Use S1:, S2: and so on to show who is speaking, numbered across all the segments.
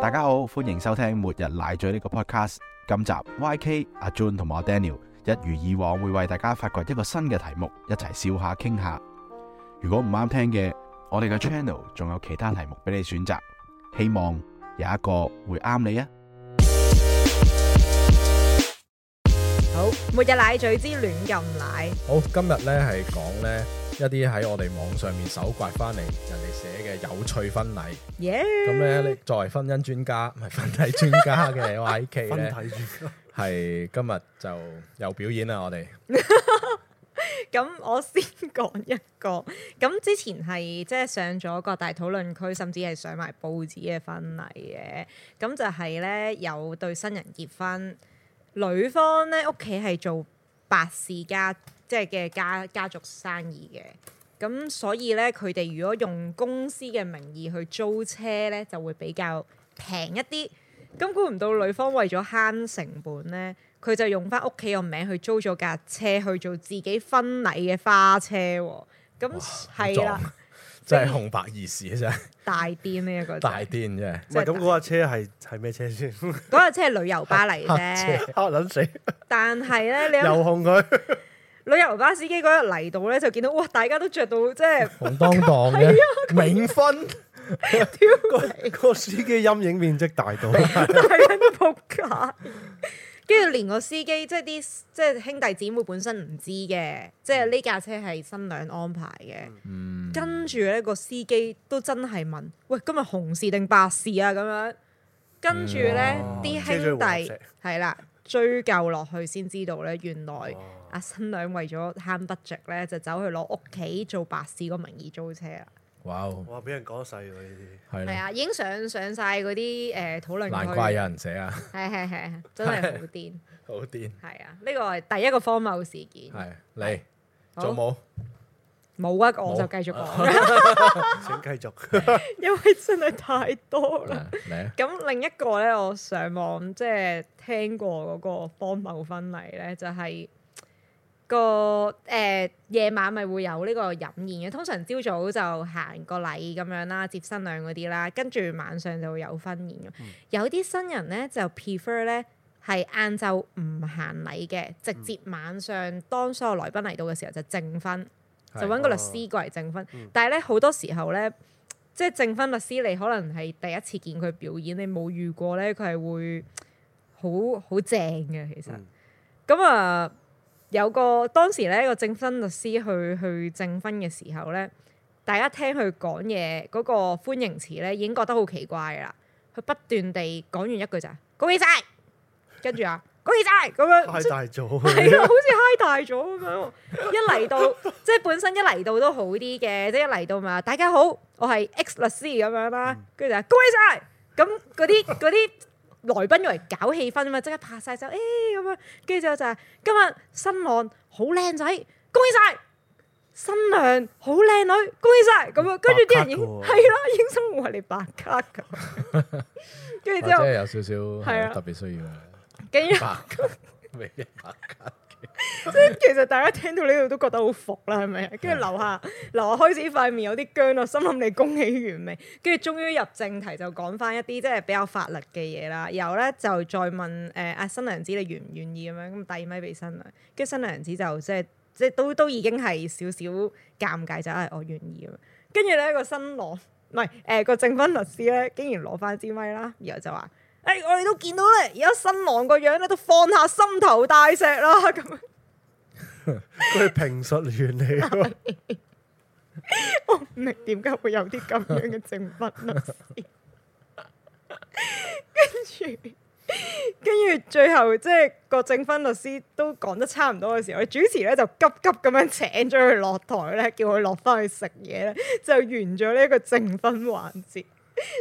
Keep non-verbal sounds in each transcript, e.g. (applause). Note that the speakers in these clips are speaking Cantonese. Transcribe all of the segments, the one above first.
S1: 大家好，歡迎收聽《末日奶嘴》呢個 podcast。今集 YK 阿 Jun 同埋我 Daniel 一如以往會為大家發掘一個新嘅題目，一齊笑下傾下。如果唔啱聽嘅，我哋嘅 channel 仲有其他題目俾你選擇，希望有一個會啱你啊！
S2: 好，末日奶嘴之亂撳奶，
S3: 好，今日咧係講咧一啲喺我哋網上面搜刮翻嚟人哋寫嘅有趣婚禮。
S4: (laughs)
S2: 耶、
S3: 咁咧，你作為婚姻專家，唔係婚禮專家嘅 YK
S4: 分
S3: 咧，
S4: 體住。
S3: 係今日就有表演啦，我哋
S2: 咁我先講一個，咁之前係即係上咗各大討論區，甚至係上埋報紙嘅婚禮嘅。咁就係咧有對新人結婚，女方咧屋企係做白事家，即係嘅家家族生意嘅。咁所以咧，佢哋如果用公司嘅名義去租車咧，就會比較平一啲。咁估唔到女方為咗慳成本咧，佢就用翻屋企個名去租咗架車去做自己婚禮嘅花車喎。咁係啦，
S3: 啊真係紅白二事真係
S2: 大癲呢一
S3: (laughs)
S2: 個就
S3: 大
S2: 係
S3: 癲真係。
S4: 唔係咁嗰架車係係咩車先？
S2: 嗰架車係旅遊巴
S3: (laughs)
S2: 嚟 (laughs)
S3: 黑
S2: 啫，
S3: 車
S4: 啊撚死！
S2: 但係咧你
S4: 又
S2: 有
S4: 控佢，
S2: 旅遊巴司機嗰日嚟到咧，就見到哇，大家都着到即係
S3: 紅當當嘅冥婚，
S4: 個個司機陰影面積大到， (laughs)
S2: 大緊仆街。跟住連個司機，即係啲即係兄弟姊妹本身唔知嘅，即係呢架車係新娘安排嘅。
S3: 嗯
S2: 跟住咧個司機都真係問：喂，今日紅事定白事啊？咁樣。跟住咧
S3: 嗯
S2: 啲
S3: 哦
S4: 車追
S2: 兄
S4: 黃石
S2: 弟係啦，追究落去先知道咧，原來
S3: 哦
S2: 阿新娘為咗慳 budget 咧，就走去攞屋企做白事個名義租車啦。
S3: 哇，
S4: 哇！俾人講細喎呢
S3: 係
S2: 係
S3: 啦，
S2: 啊，已經上上晒嗰啲誒討論區。
S3: 難怪有人寫啊，
S2: 係係係係，真係好癲。
S3: 好癲，
S2: 係啊，呢個係第一個荒謬事件。
S3: 係嚟
S2: 好
S3: 做冇？
S2: 冇啊，我就繼續講， (laughs)
S4: 啲，請繼續。
S2: 因為真係太多啦。
S3: 嚟啊，
S2: 咁另一個咧，我上網即係聽過嗰個荒謬婚禮咧，就係、個誒、夜晚咪會有呢個飲宴嘅，通常朝早就行個禮咁樣啦，接新娘嗰啲啦，跟住晚上就會有婚宴咁。有啲新人咧就 prefer 咧係晏晝唔行禮嘅，直接晚上當所有來賓嚟到嘅時候就證婚，
S3: 係
S2: 就揾個律師過嚟證婚。但係咧好多時候咧，即係證婚律師，你可能係第一次見佢表演，你冇遇過咧，佢係會好好正嘅其實。
S4: 嗯
S2: 咁啊、有個當時咧個證婚律師去去證婚嘅時候咧，大家聽佢講嘢嗰個歡迎詞咧，已經覺得好奇怪㗎啦。佢不斷地講完一句就係恭喜晒，跟住啊恭喜晒咁
S4: 太
S2: 樣，即
S4: 大咗，
S2: 係啊，好似嗨大咗咁樣喎。一嚟到即係本身一嚟到都好啲嘅，即係一嚟到嘛，大家好，我係 X 律師咁樣啦，跟住就係恭喜晒。咁嗰啲 (laughs) 嗰啲來賓用嚟搞氣氛啊嘛，即刻拍晒手，誒、咁樣，跟住之後就係、今日新郎好靚仔，恭喜晒！新娘好靚女，恭喜晒！咁樣，跟住啲人已經
S4: 白
S2: 係
S4: 卡㗎喎
S2: 啦，已經生活你白卡㗎。跟
S3: 或 (laughs)
S2: 住之後
S3: 者，有少少
S2: 係
S3: 係
S2: 啊
S3: 特別需要嘅
S2: 跟住
S3: 白金未白金。
S2: (laughs) 其實大家聽到呢度都覺得好服啦，係咪啊？跟住樓下樓下開始塊面有啲僵啦，心諗你恭喜完未？跟住終於入正題就講翻一啲即係比較法律嘅嘢啦。然後咧就再問誒阿、新娘子你願唔願意咁樣，咁遞咪俾新娘，跟住新娘子就即係即係都都已經係少少尷尬就係、哎我願意咁樣。跟住咧個新郎唔係誒個證婚律師咧，竟然攞翻支咪啦，然後就話。誒、我哋都見到咧，而家新郎個樣咧都放下心頭大石啦，咁樣
S4: 佢係評述員嚟喎，
S2: 我唔明點解會有啲咁樣嘅證物律師。 (laughs) 跟住，跟住最後即係個證婚律師都講得差唔多嘅時候，主持咧就急急咁樣請咗佢落台咧，叫佢落翻去食嘢咧，就完咗呢一個證婚環節。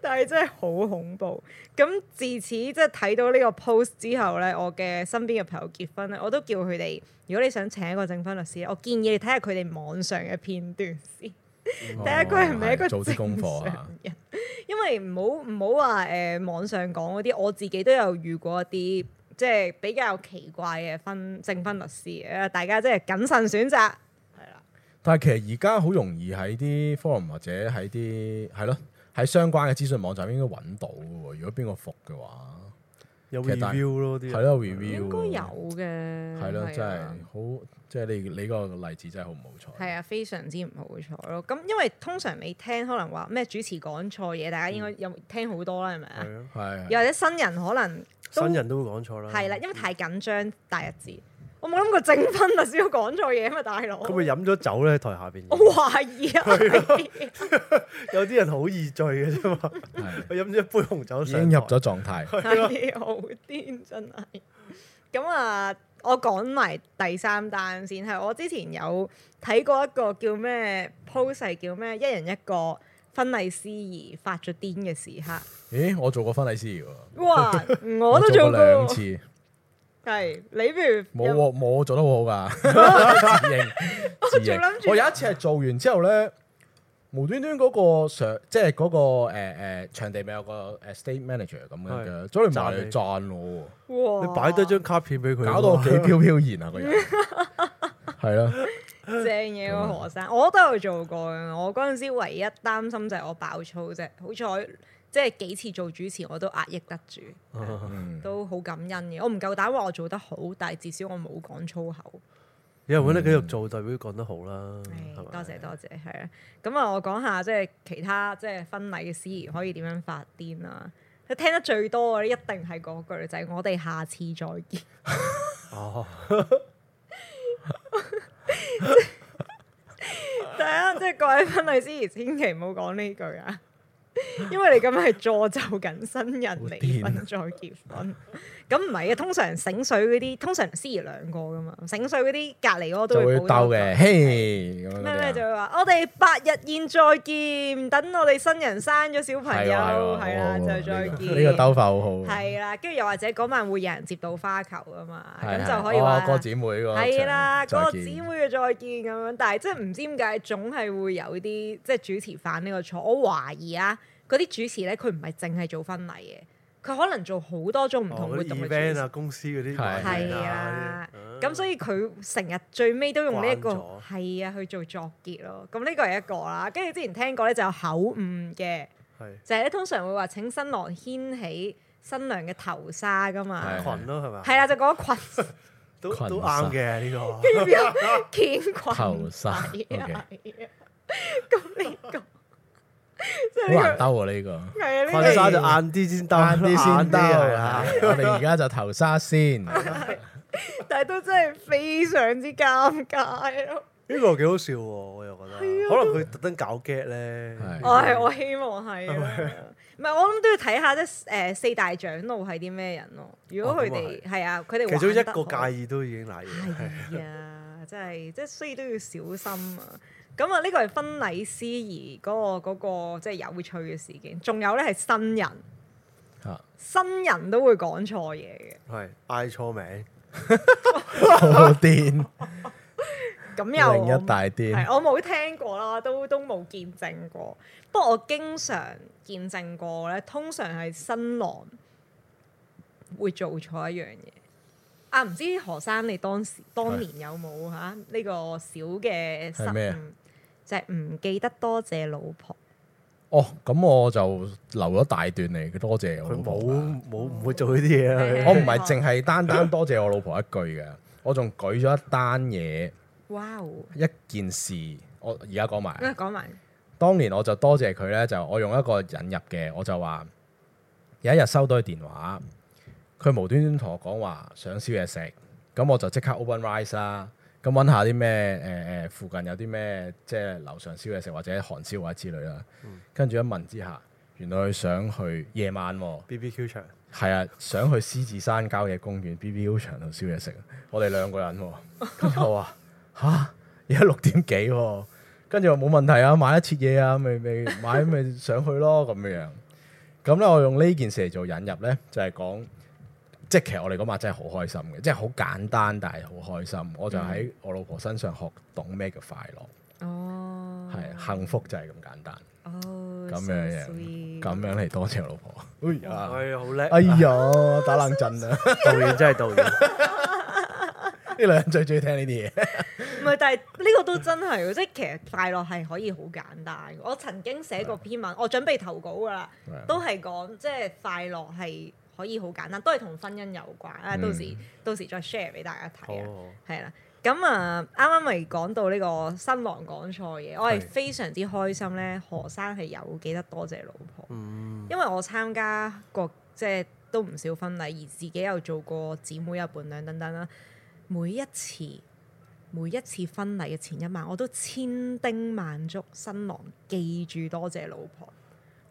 S2: 但係真係好恐怖。咁自此即係睇到呢個 post 之後咧，我嘅身邊嘅朋友結婚咧，我都叫佢哋，如果你想請一個證婚律師，我建議你睇下佢哋網上嘅片段先，睇下佢係咪一個
S3: 哦做啲功課
S2: 正常
S3: 啊？
S2: 人。因為唔好唔好話誒網上講嗰啲，我自己都有遇過一啲即係比較奇怪嘅婚證婚律師嘅，大家即係謹慎選擇。
S3: 但係其實而家好容易喺啲 forum 或者喺啲係咯，喺相關嘅資訊網站應該揾到嘅喎。如果邊個服嘅話，
S4: 有
S3: 其實但
S4: review 咯啲人
S3: 係咯 review
S2: 應該有嘅。
S3: 係咯，真
S2: 啊
S3: 係好，即係你你個例子真係好唔好彩。
S2: 係啊，非常之唔好彩咯。咁因為通常你聽可能話咩主持講錯嘢，大家應該有聽好多啦，嗯係咪啊？
S4: 係啊
S3: 係
S2: 又或者新人可能都
S4: 新人都會講錯啦。
S2: 係啦，因為太緊張大日子，我冇諗過正婚就先講錯嘢啊嘛，大佬。
S4: 佢咪飲咗酒咧？喺台下邊
S2: 我懷疑啊，
S4: 有啲人好易醉嘅啫嘛，
S3: 係
S4: 佢飲咗一杯紅酒
S3: 已
S4: 上
S3: 經入
S4: 台
S3: 咗狀態。
S2: 啊係好癲真係。咁啊，我講埋第三單先，係我之前有睇過一個叫咩 post 係叫咩一人一個婚禮司儀發咗癲嘅時刻。
S3: 咦，我做過婚禮司儀喎，
S2: 哇！我都做
S3: 過兩
S2: 過，
S3: 次，
S2: 係你不如
S3: 冇
S2: 有
S3: 啊喎冇做得好好
S2: (laughs)
S3: 㗎，自認
S2: 我
S3: 自
S2: 仲諗
S3: 認。
S2: 住
S3: 我有一次係做完之後咧，無端端嗰個上即係嗰個誒誒場地咪有個誒 state manager 咁樣嘅，走嚟埋嚟讚我喎。
S2: 哇！
S4: 你擺低張卡片俾佢，
S3: 搞到我幾飄飄然啊！個人係咯，
S2: 正嘢喎，何生，我都有做過嘅。我嗰陣時唯一擔心就係我爆粗啫，好彩即係幾次做主持我都壓抑得住，
S4: Ờ.
S3: 嗯
S2: 都好感恩嘅。我唔夠膽話我做得好，但係至少我冇講粗口。
S4: 有人揾你繼續做，代表講得好啦，
S2: 唉
S4: 嗯係咪
S2: 多謝多謝，係啊。咁啊，我講下即係其他即係婚禮嘅司儀可以點樣發癲啦。佢聽得最多嘅一定係嗰句就係、我哋下次再見。
S4: 哦，
S2: 大家即係各位婚禮司儀，千祈唔好講呢句啊！ (laughs) 因為你咁樣係助就緊新人離婚再結婚，咁唔係啊！通常醒水嗰啲，通常司儀兩個噶嘛，醒水嗰啲隔離嗰個都
S3: 嗯就會
S2: 會
S3: 鬥嘅，嘿咁
S2: 咩
S3: 樣
S2: 咩
S3: 嗰
S2: 就
S3: 啲啊。
S2: 會話我哋百日宴再見，等我哋新人生咗
S3: 啊
S2: 小朋友，
S3: 喎
S2: 係啦
S3: 喎
S2: 就
S3: 呢
S2: 再
S3: 個
S2: 見。
S3: 呢個兜法好好。
S2: 係啦，跟住又或者嗰晚會有人接到花球啊嘛，
S3: 係
S2: 咁
S3: 係
S2: 就可以
S3: 哦
S2: 話
S3: 個姊妹嗰個
S2: 係啦，
S3: 場
S2: 嗰個
S3: 再見
S2: 姊妹嘅再見咁樣，但係真係唔知點解總係會有啲即係主持犯呢個錯。我懷疑啊，嗰啲主持咧佢唔係淨係做婚禮嘅，佢可能做好多種唔同
S4: 哦
S2: 活
S4: 嗰
S2: 動嘅
S4: 啲 event à,
S2: 主
S4: 啊，公司嗰
S3: 係
S4: 啲
S2: 持。係啦，
S4: à.
S2: 咁所以佢成日最尾都用呢一個
S4: 慣咗
S2: 係啊去做作結咯。咁呢個係一個啦，跟住之前聽過咧就有口誤嘅，
S4: 係
S2: 就係咧通常會話請新郎掀起新娘嘅頭紗噶嘛。
S3: 係
S4: 裙咯係啊咪？
S2: 係啦，就講裙
S4: 都
S3: 裙
S4: 都
S3: 衫
S4: 啱嘅呢
S3: (laughs)
S2: (laughs) 見裙
S3: 頭
S2: (laughs)
S3: 紗
S2: 係啊
S3: OK
S2: 係啊 (laughs) 咁呢個即
S3: 好
S2: 係呢
S3: 難兜啊！呢個
S2: 個係啊
S4: 個
S2: 呢
S4: 裙
S2: 個
S4: 衫就哎晏啲先哎兜，
S3: 晏啲先兜
S4: 係啦
S3: 啊！我哋而家就頭沙先，呢
S2: 但係都真係非常之尷尬咯。
S4: 呢個幾好笑喎，我又覺得，可能佢特登搞 get 咧，
S3: 係
S2: 我係啊我希望係啊，唔係我諗都要睇下即係誒四大長老係啲咩人咯。如果佢哋
S4: 哦
S2: 係啊，佢哋
S4: 其中一個
S2: 界
S4: 介意都已經賴嘢，
S2: 係啊，真係即係所以都要小心啊。咁啊，呢個係婚禮司儀嗰個嗰個即係有趣嘅事件，仲有咧係新人，
S3: 嚇
S2: 新人都會講錯嘢嘅。
S4: 係嗌錯名，
S3: 好癲，
S2: 咁又
S3: 另一大
S2: 係啊
S3: 癲，
S2: 我冇聽過啦，都都冇見證過。不過我經常見證過咧，通常係新郎會做錯一樣嘢。啊，唔知何生你當時當年有冇嚇呢個小嘅失
S3: 係咩
S2: 誤
S3: 啊？
S2: 就係唔記得多謝老婆。
S3: 哦，咁我就留咗大段嚟，多謝我
S4: 佢
S3: 老
S4: 冇
S3: 婆啊。
S4: 冇唔會做呢啲嘢啊
S2: 係啊
S4: 啦
S3: 我唔係淨係單單多謝我老婆一句嘅，我仲舉咗一單嘢
S2: 哇哦！
S3: 一件事，我而家講埋
S2: (laughs)
S3: 啊。
S2: 咁講埋
S3: 當年我就多謝佢咧，就我用一個引入嘅，我就話有一日收到佢電話，佢無端端同我講話想燒嘢食，咁我就即刻 open rice 啦，咁揾下啲咩誒誒附近有啲咩即係樓上燒嘢食或者韓燒或者之類啦，跟住一問之下，原來佢想去夜晚喎、
S4: ，BBQ 場，
S3: 係啊，想去獅子山郊野公園 BBQ 場度燒嘢食，我哋兩個人喎、跟住我話吓，而家六點幾喎、跟住我冇問題啊，買一切嘢啊，咪咪買咪上去咯咁樣。咁咧，我用呢件事嚟做引入咧，就係、講，即係其實我哋嗰晚真係好開心嘅，即係好簡單但係好開心。我就喺我老婆身上學懂咩叫快樂，
S2: 哦，
S3: 係、啊幸福就係咁簡單，
S2: 哦，
S3: 咁樣
S2: so sweet
S3: 樣咁樣嚟多謝我老婆。哎呀，
S4: 係好叻，
S3: 哎呀，打冷震啊！ (laughs)
S4: 導演真係導演，
S3: 呢兩人最中意聽呢啲嘢，
S2: 唔係係，但係呢個都真係喎，即係其實快樂係可以好簡單。我曾經寫過篇文，我準備投稿㗎啦，
S3: 係啊
S2: 都係講即係快樂係可以好簡單，都係同婚姻有關啊。
S3: 嗯
S2: 到時到時再 share 俾大家睇啊，
S4: 哦，
S2: 係啦。咁啊，啱啱咪講到呢個新郎講錯嘢，我係
S3: 係
S2: 非常之開心咧。何生係有記得多謝老婆。
S4: 嗯，
S2: 因為我參加過即係都唔少婚禮，而自己又做過姊妹啊、伴娘等等啦。每一次每一次婚禮嘅前一晚，我都千叮萬囑新郎記住多謝老婆。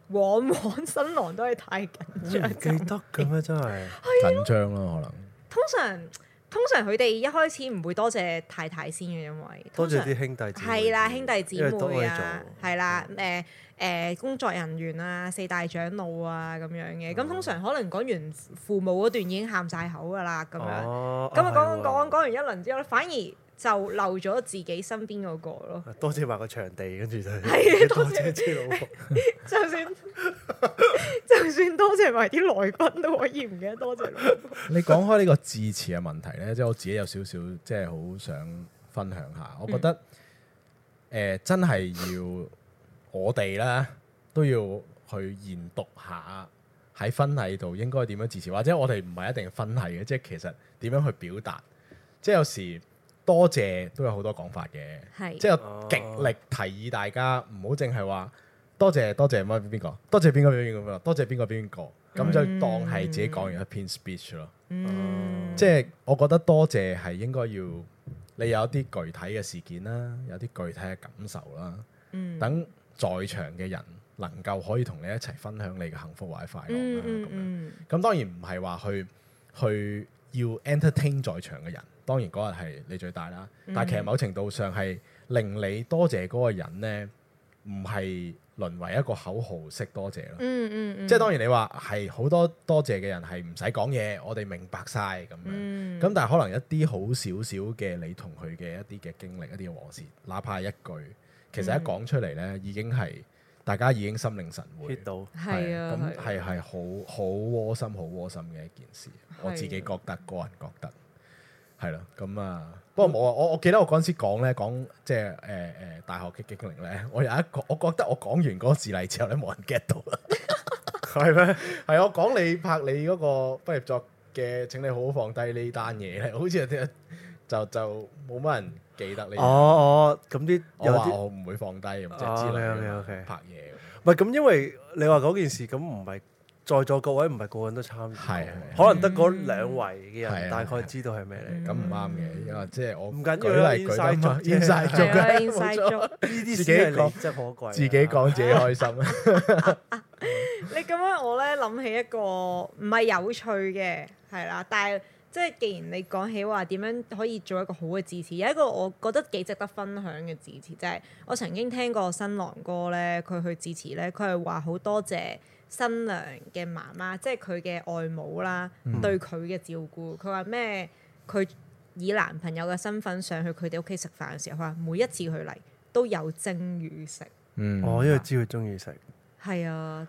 S2: 往往新郎都係太緊張
S4: 唔記得嘅咩？真係
S3: 緊張咯，可能。
S2: 通常通常佢哋一開始唔會多謝太太先嘅，因為
S4: 多
S2: 通常
S4: 謝啲兄弟姊妹
S2: 係啦，兄弟姊
S4: 因為多
S2: 妹
S4: 嘢
S2: 啊，
S4: 做
S2: 係啦，誒誒、工作人員啊，四大長老啊咁樣嘅，咁通常可能講完父母嗰段已經喊晒口噶啦，咁樣，
S4: 哦，
S2: 咁啊講
S4: 係
S2: 講
S4: 喎
S2: 講完一輪之後咧，反而就漏咗自己身邊嗰個 (laughs) 咯，
S4: 多謝埋個場地，跟住就
S2: 係啊多
S4: 多
S2: 謝
S4: 謝啲老婆，
S2: 就算就算多謝埋啲來賓都可以唔記得多謝老婆，
S3: 你講開呢個致詞嘅問題呢，即係我自己有少少即係好想分享下。我覺得誒、呃真係要我哋啦，都要去研讀下喺婚禮度應該點樣致詞，或者我哋唔係一定婚禮嘅，即係其實點樣去表達。即係有時多謝都有好多講法嘅。
S2: 係
S3: 即係我極力提議大家唔好淨係話多謝多謝乜邊個，多謝邊個邊個邊個，多謝邊個邊個，咁就當係自己講完一篇 speech 咯。
S2: 嗯，
S3: 即係我覺得多謝係應該要你有一啲具體嘅事件啦，有啲具體嘅感受啦，
S2: 嗯
S3: 等在場嘅人能夠可以同你一齊分享你嘅幸福或者快樂
S2: 嗯
S3: 啦。
S2: 嗯
S3: 咁樣
S2: 嗯
S3: 咁當然唔係話去去要 entertain 在場嘅人，當然嗰日係你最大啦。
S2: 嗯
S3: 但係其實某程度上係令你多謝嗰個人呢，唔係淪為一個口號式多謝咯。
S2: 嗯嗯嗯，
S3: 即係當然你話係好多多謝嘅人係唔使講嘢，我哋明白晒咁樣。咁、
S2: 嗯
S3: 但係可能一啲好少少嘅你同佢嘅一啲嘅經歷、一啲嘅往事，哪怕係一句，其
S2: 嗯
S3: 實一講出嚟呢，已經係大家已經心領神會。
S4: hit 到
S2: 係啊，
S3: 咁
S2: 係啊
S3: 係係好好窩心、好窩心嘅一件事。我
S2: 係啊
S3: 自己覺得，個人覺得係咯。咁啊，不過冇啊。我我記得我嗰陣時講咧，講即係誒誒大學嘅經歷咧， (laughs) 我有一個，我覺得我講完嗰個事例之後咧，冇人 get 到啦。
S4: 係咩？
S3: (laughs) 係我講你拍你嗰個畢業作嘅，請你好好放低呢 (laughs) 單嘢咧，好似有啲就就冇乜人記得呢
S4: 哦
S3: 樣。
S4: 哦，咁啲
S3: 我
S4: 有
S3: 話
S4: 啲
S3: 我唔會放低咁，即
S4: 哦
S3: 係之類嘅
S4: OK，OK，OK
S3: 拍嘢咁。
S4: 唔係咁，因為你話嗰件事咁唔係在座各位唔係個個人都參與過，
S3: 係係係
S4: 可能得嗰兩位嘅
S3: 係
S4: 人
S3: 係
S4: 大概
S3: 係
S4: 知道係咩嚟。
S3: 咁唔啱嘅，因為即係我
S4: 唔緊要啦
S3: 舉例舉得嘛
S4: inside joke
S3: ，inside
S4: 啫
S2: 係
S3: joke 啊
S2: 啊 inside
S3: 冇錯
S2: joke
S4: 呢啲
S3: 自己
S4: 先係
S3: 講
S4: 你真可貴啊，
S3: 自己講自己開心啊！
S2: 你咁樣我咧諗起一個唔係有趣嘅，係啦，但係即係既然你講起話點樣可以做一個好嘅致詞，有一個我覺得幾值得分享嘅致詞，就係、我曾經聽過新郎哥咧，佢去致辭咧，佢係話好多謝新娘嘅媽媽，即係佢嘅外母啦，對佢嘅照顧。佢話咩？佢以男朋友嘅身份上去佢哋屋企食飯嘅時候，佢話每一次佢嚟都有蒸魚食，
S3: 嗯
S4: 哦，因為知佢中意食
S2: 係啊。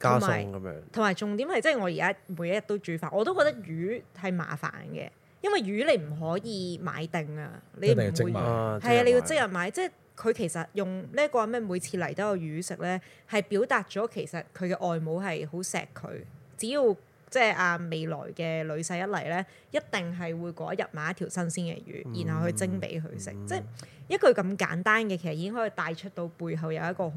S4: 加
S2: 同埋
S4: 餸咁樣。
S2: 同埋重點係，即係我而家每一日都煮飯，我都覺得魚係麻煩嘅，因為魚你唔可以買定啊，你
S3: 一
S2: 唔
S3: 定要即
S2: 會
S3: 買
S4: 啊
S2: 係啊，你要即
S4: 日
S2: 日買，即係佢其實用呢一個咩每次嚟都有魚食咧，係表達咗其實佢嘅外母係好錫佢，只要即係啊未來嘅女婿一嚟咧，一定係會嗰一日買一條新鮮嘅魚，然後去蒸俾佢食，即係一句咁簡單嘅，其實已經可以帶出到背後有一個好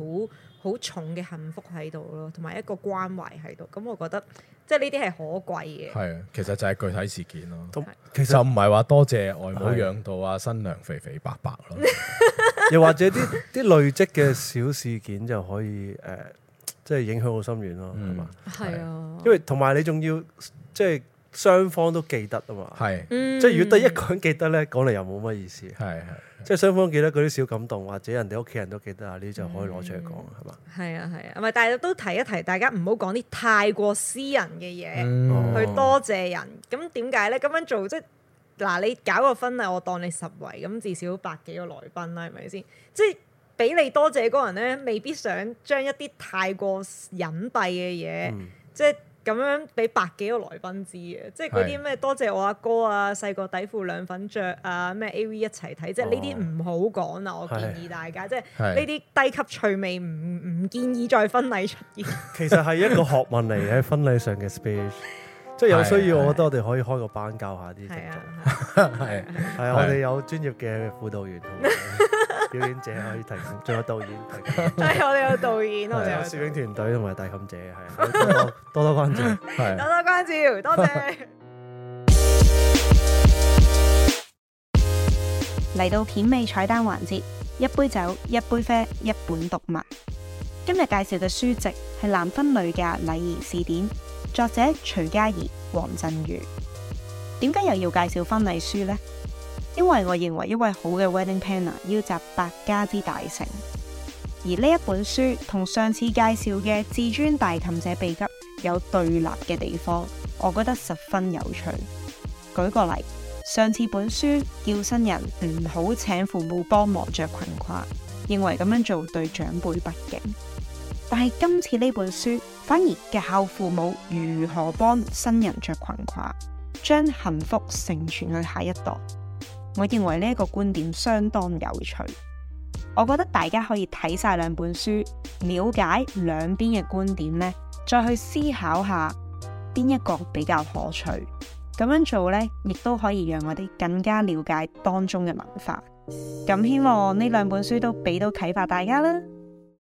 S2: 好重嘅幸福喺度咯，同埋一個關懷喺度。咁我覺得即係呢啲係可貴嘅。
S3: 係啊，其實就係具體事件咯。
S4: 同其
S3: 就
S4: 實
S3: 唔係話多謝外母養到啊新娘肥肥白白咯。
S4: 又或者啲 (laughs) 啲累積嘅小事件就可以誒，即係影響好深遠咯，係嘛？
S3: 嗯
S2: 係啊，
S4: 因為同埋你仲要即係雙方都記得啊嘛。
S3: 係
S2: 即
S4: 即係如果得一個人記得咧，講嚟又冇乜意思。
S3: 係係，
S4: 即係雙方記得嗰啲小感動，或者人哋屋企人都記得啊，呢啲就可以攞出嚟講，係嘛？
S2: 係啊係啊，唔係，但係都提一提大家唔好講啲太過私人嘅嘢，
S3: 嗯
S2: 去多謝人。咁點解咧？咁樣做即係嗱，你搞個婚禮，我當你十圍，咁至少百幾個來賓啦，係咪先？即係俾你嗯多謝嗰個人咧，未必想將一啲太過隱蔽嘅嘢，即係咁樣俾百幾個來賓知嘅，即係嗰啲咩多謝我阿哥啊，細個底褲兩粉着啊，咩 A V 一齊睇，即係呢啲唔好講啦。我建議大家，即哦係
S3: 係
S2: 呢啲低級趣味唔唔建議在婚禮出 (laughs) 現。
S4: 其實係一個學問嚟嘅喺婚禮上嘅 speech，即係有需要，
S3: 係
S4: 我覺得我哋可以開個班教下
S2: 係
S4: 啲聽眾。
S2: 啊，
S3: 係
S4: 係啊，我哋有專業嘅輔導員同埋表演者可以提供，仲有導演提供，
S2: 係啊我哋有導演，我
S4: 仲
S2: 哋
S4: 有
S2: 有
S4: 攝影團隊同埋大琴姐，係啊多多多多關注。
S3: 係
S2: 多。多關照，多謝。
S5: 嚟到片尾彩蛋環節，一杯酒、一杯啡、一本讀物。今日介紹嘅書籍係《男婚女嫁禮儀試典》，作者徐嘉怡、黃振宇。點解又要介紹婚禮書呢？因為我認為一位好嘅 wedding planner 要集百家之大成，而呢一本書同上次介紹嘅《至尊大琴者秘笈》有對立嘅地方，我覺得十分有趣。舉個例。上次本書叫新人唔好請父母幫忙着裙褂，認為咁樣做對長輩不敬。但係今次呢本書反而教父母如何幫新人着裙褂，將幸福承傳去下一代。我認為呢一個觀點相當有趣。我覺得大家可以睇晒兩本書，了解兩邊嘅觀點呢，再去思考下邊一個比較可取。咁樣做呢，亦都可以讓我哋更加了解當中嘅文化。咁希望呢兩本書都俾到啟發大家啦。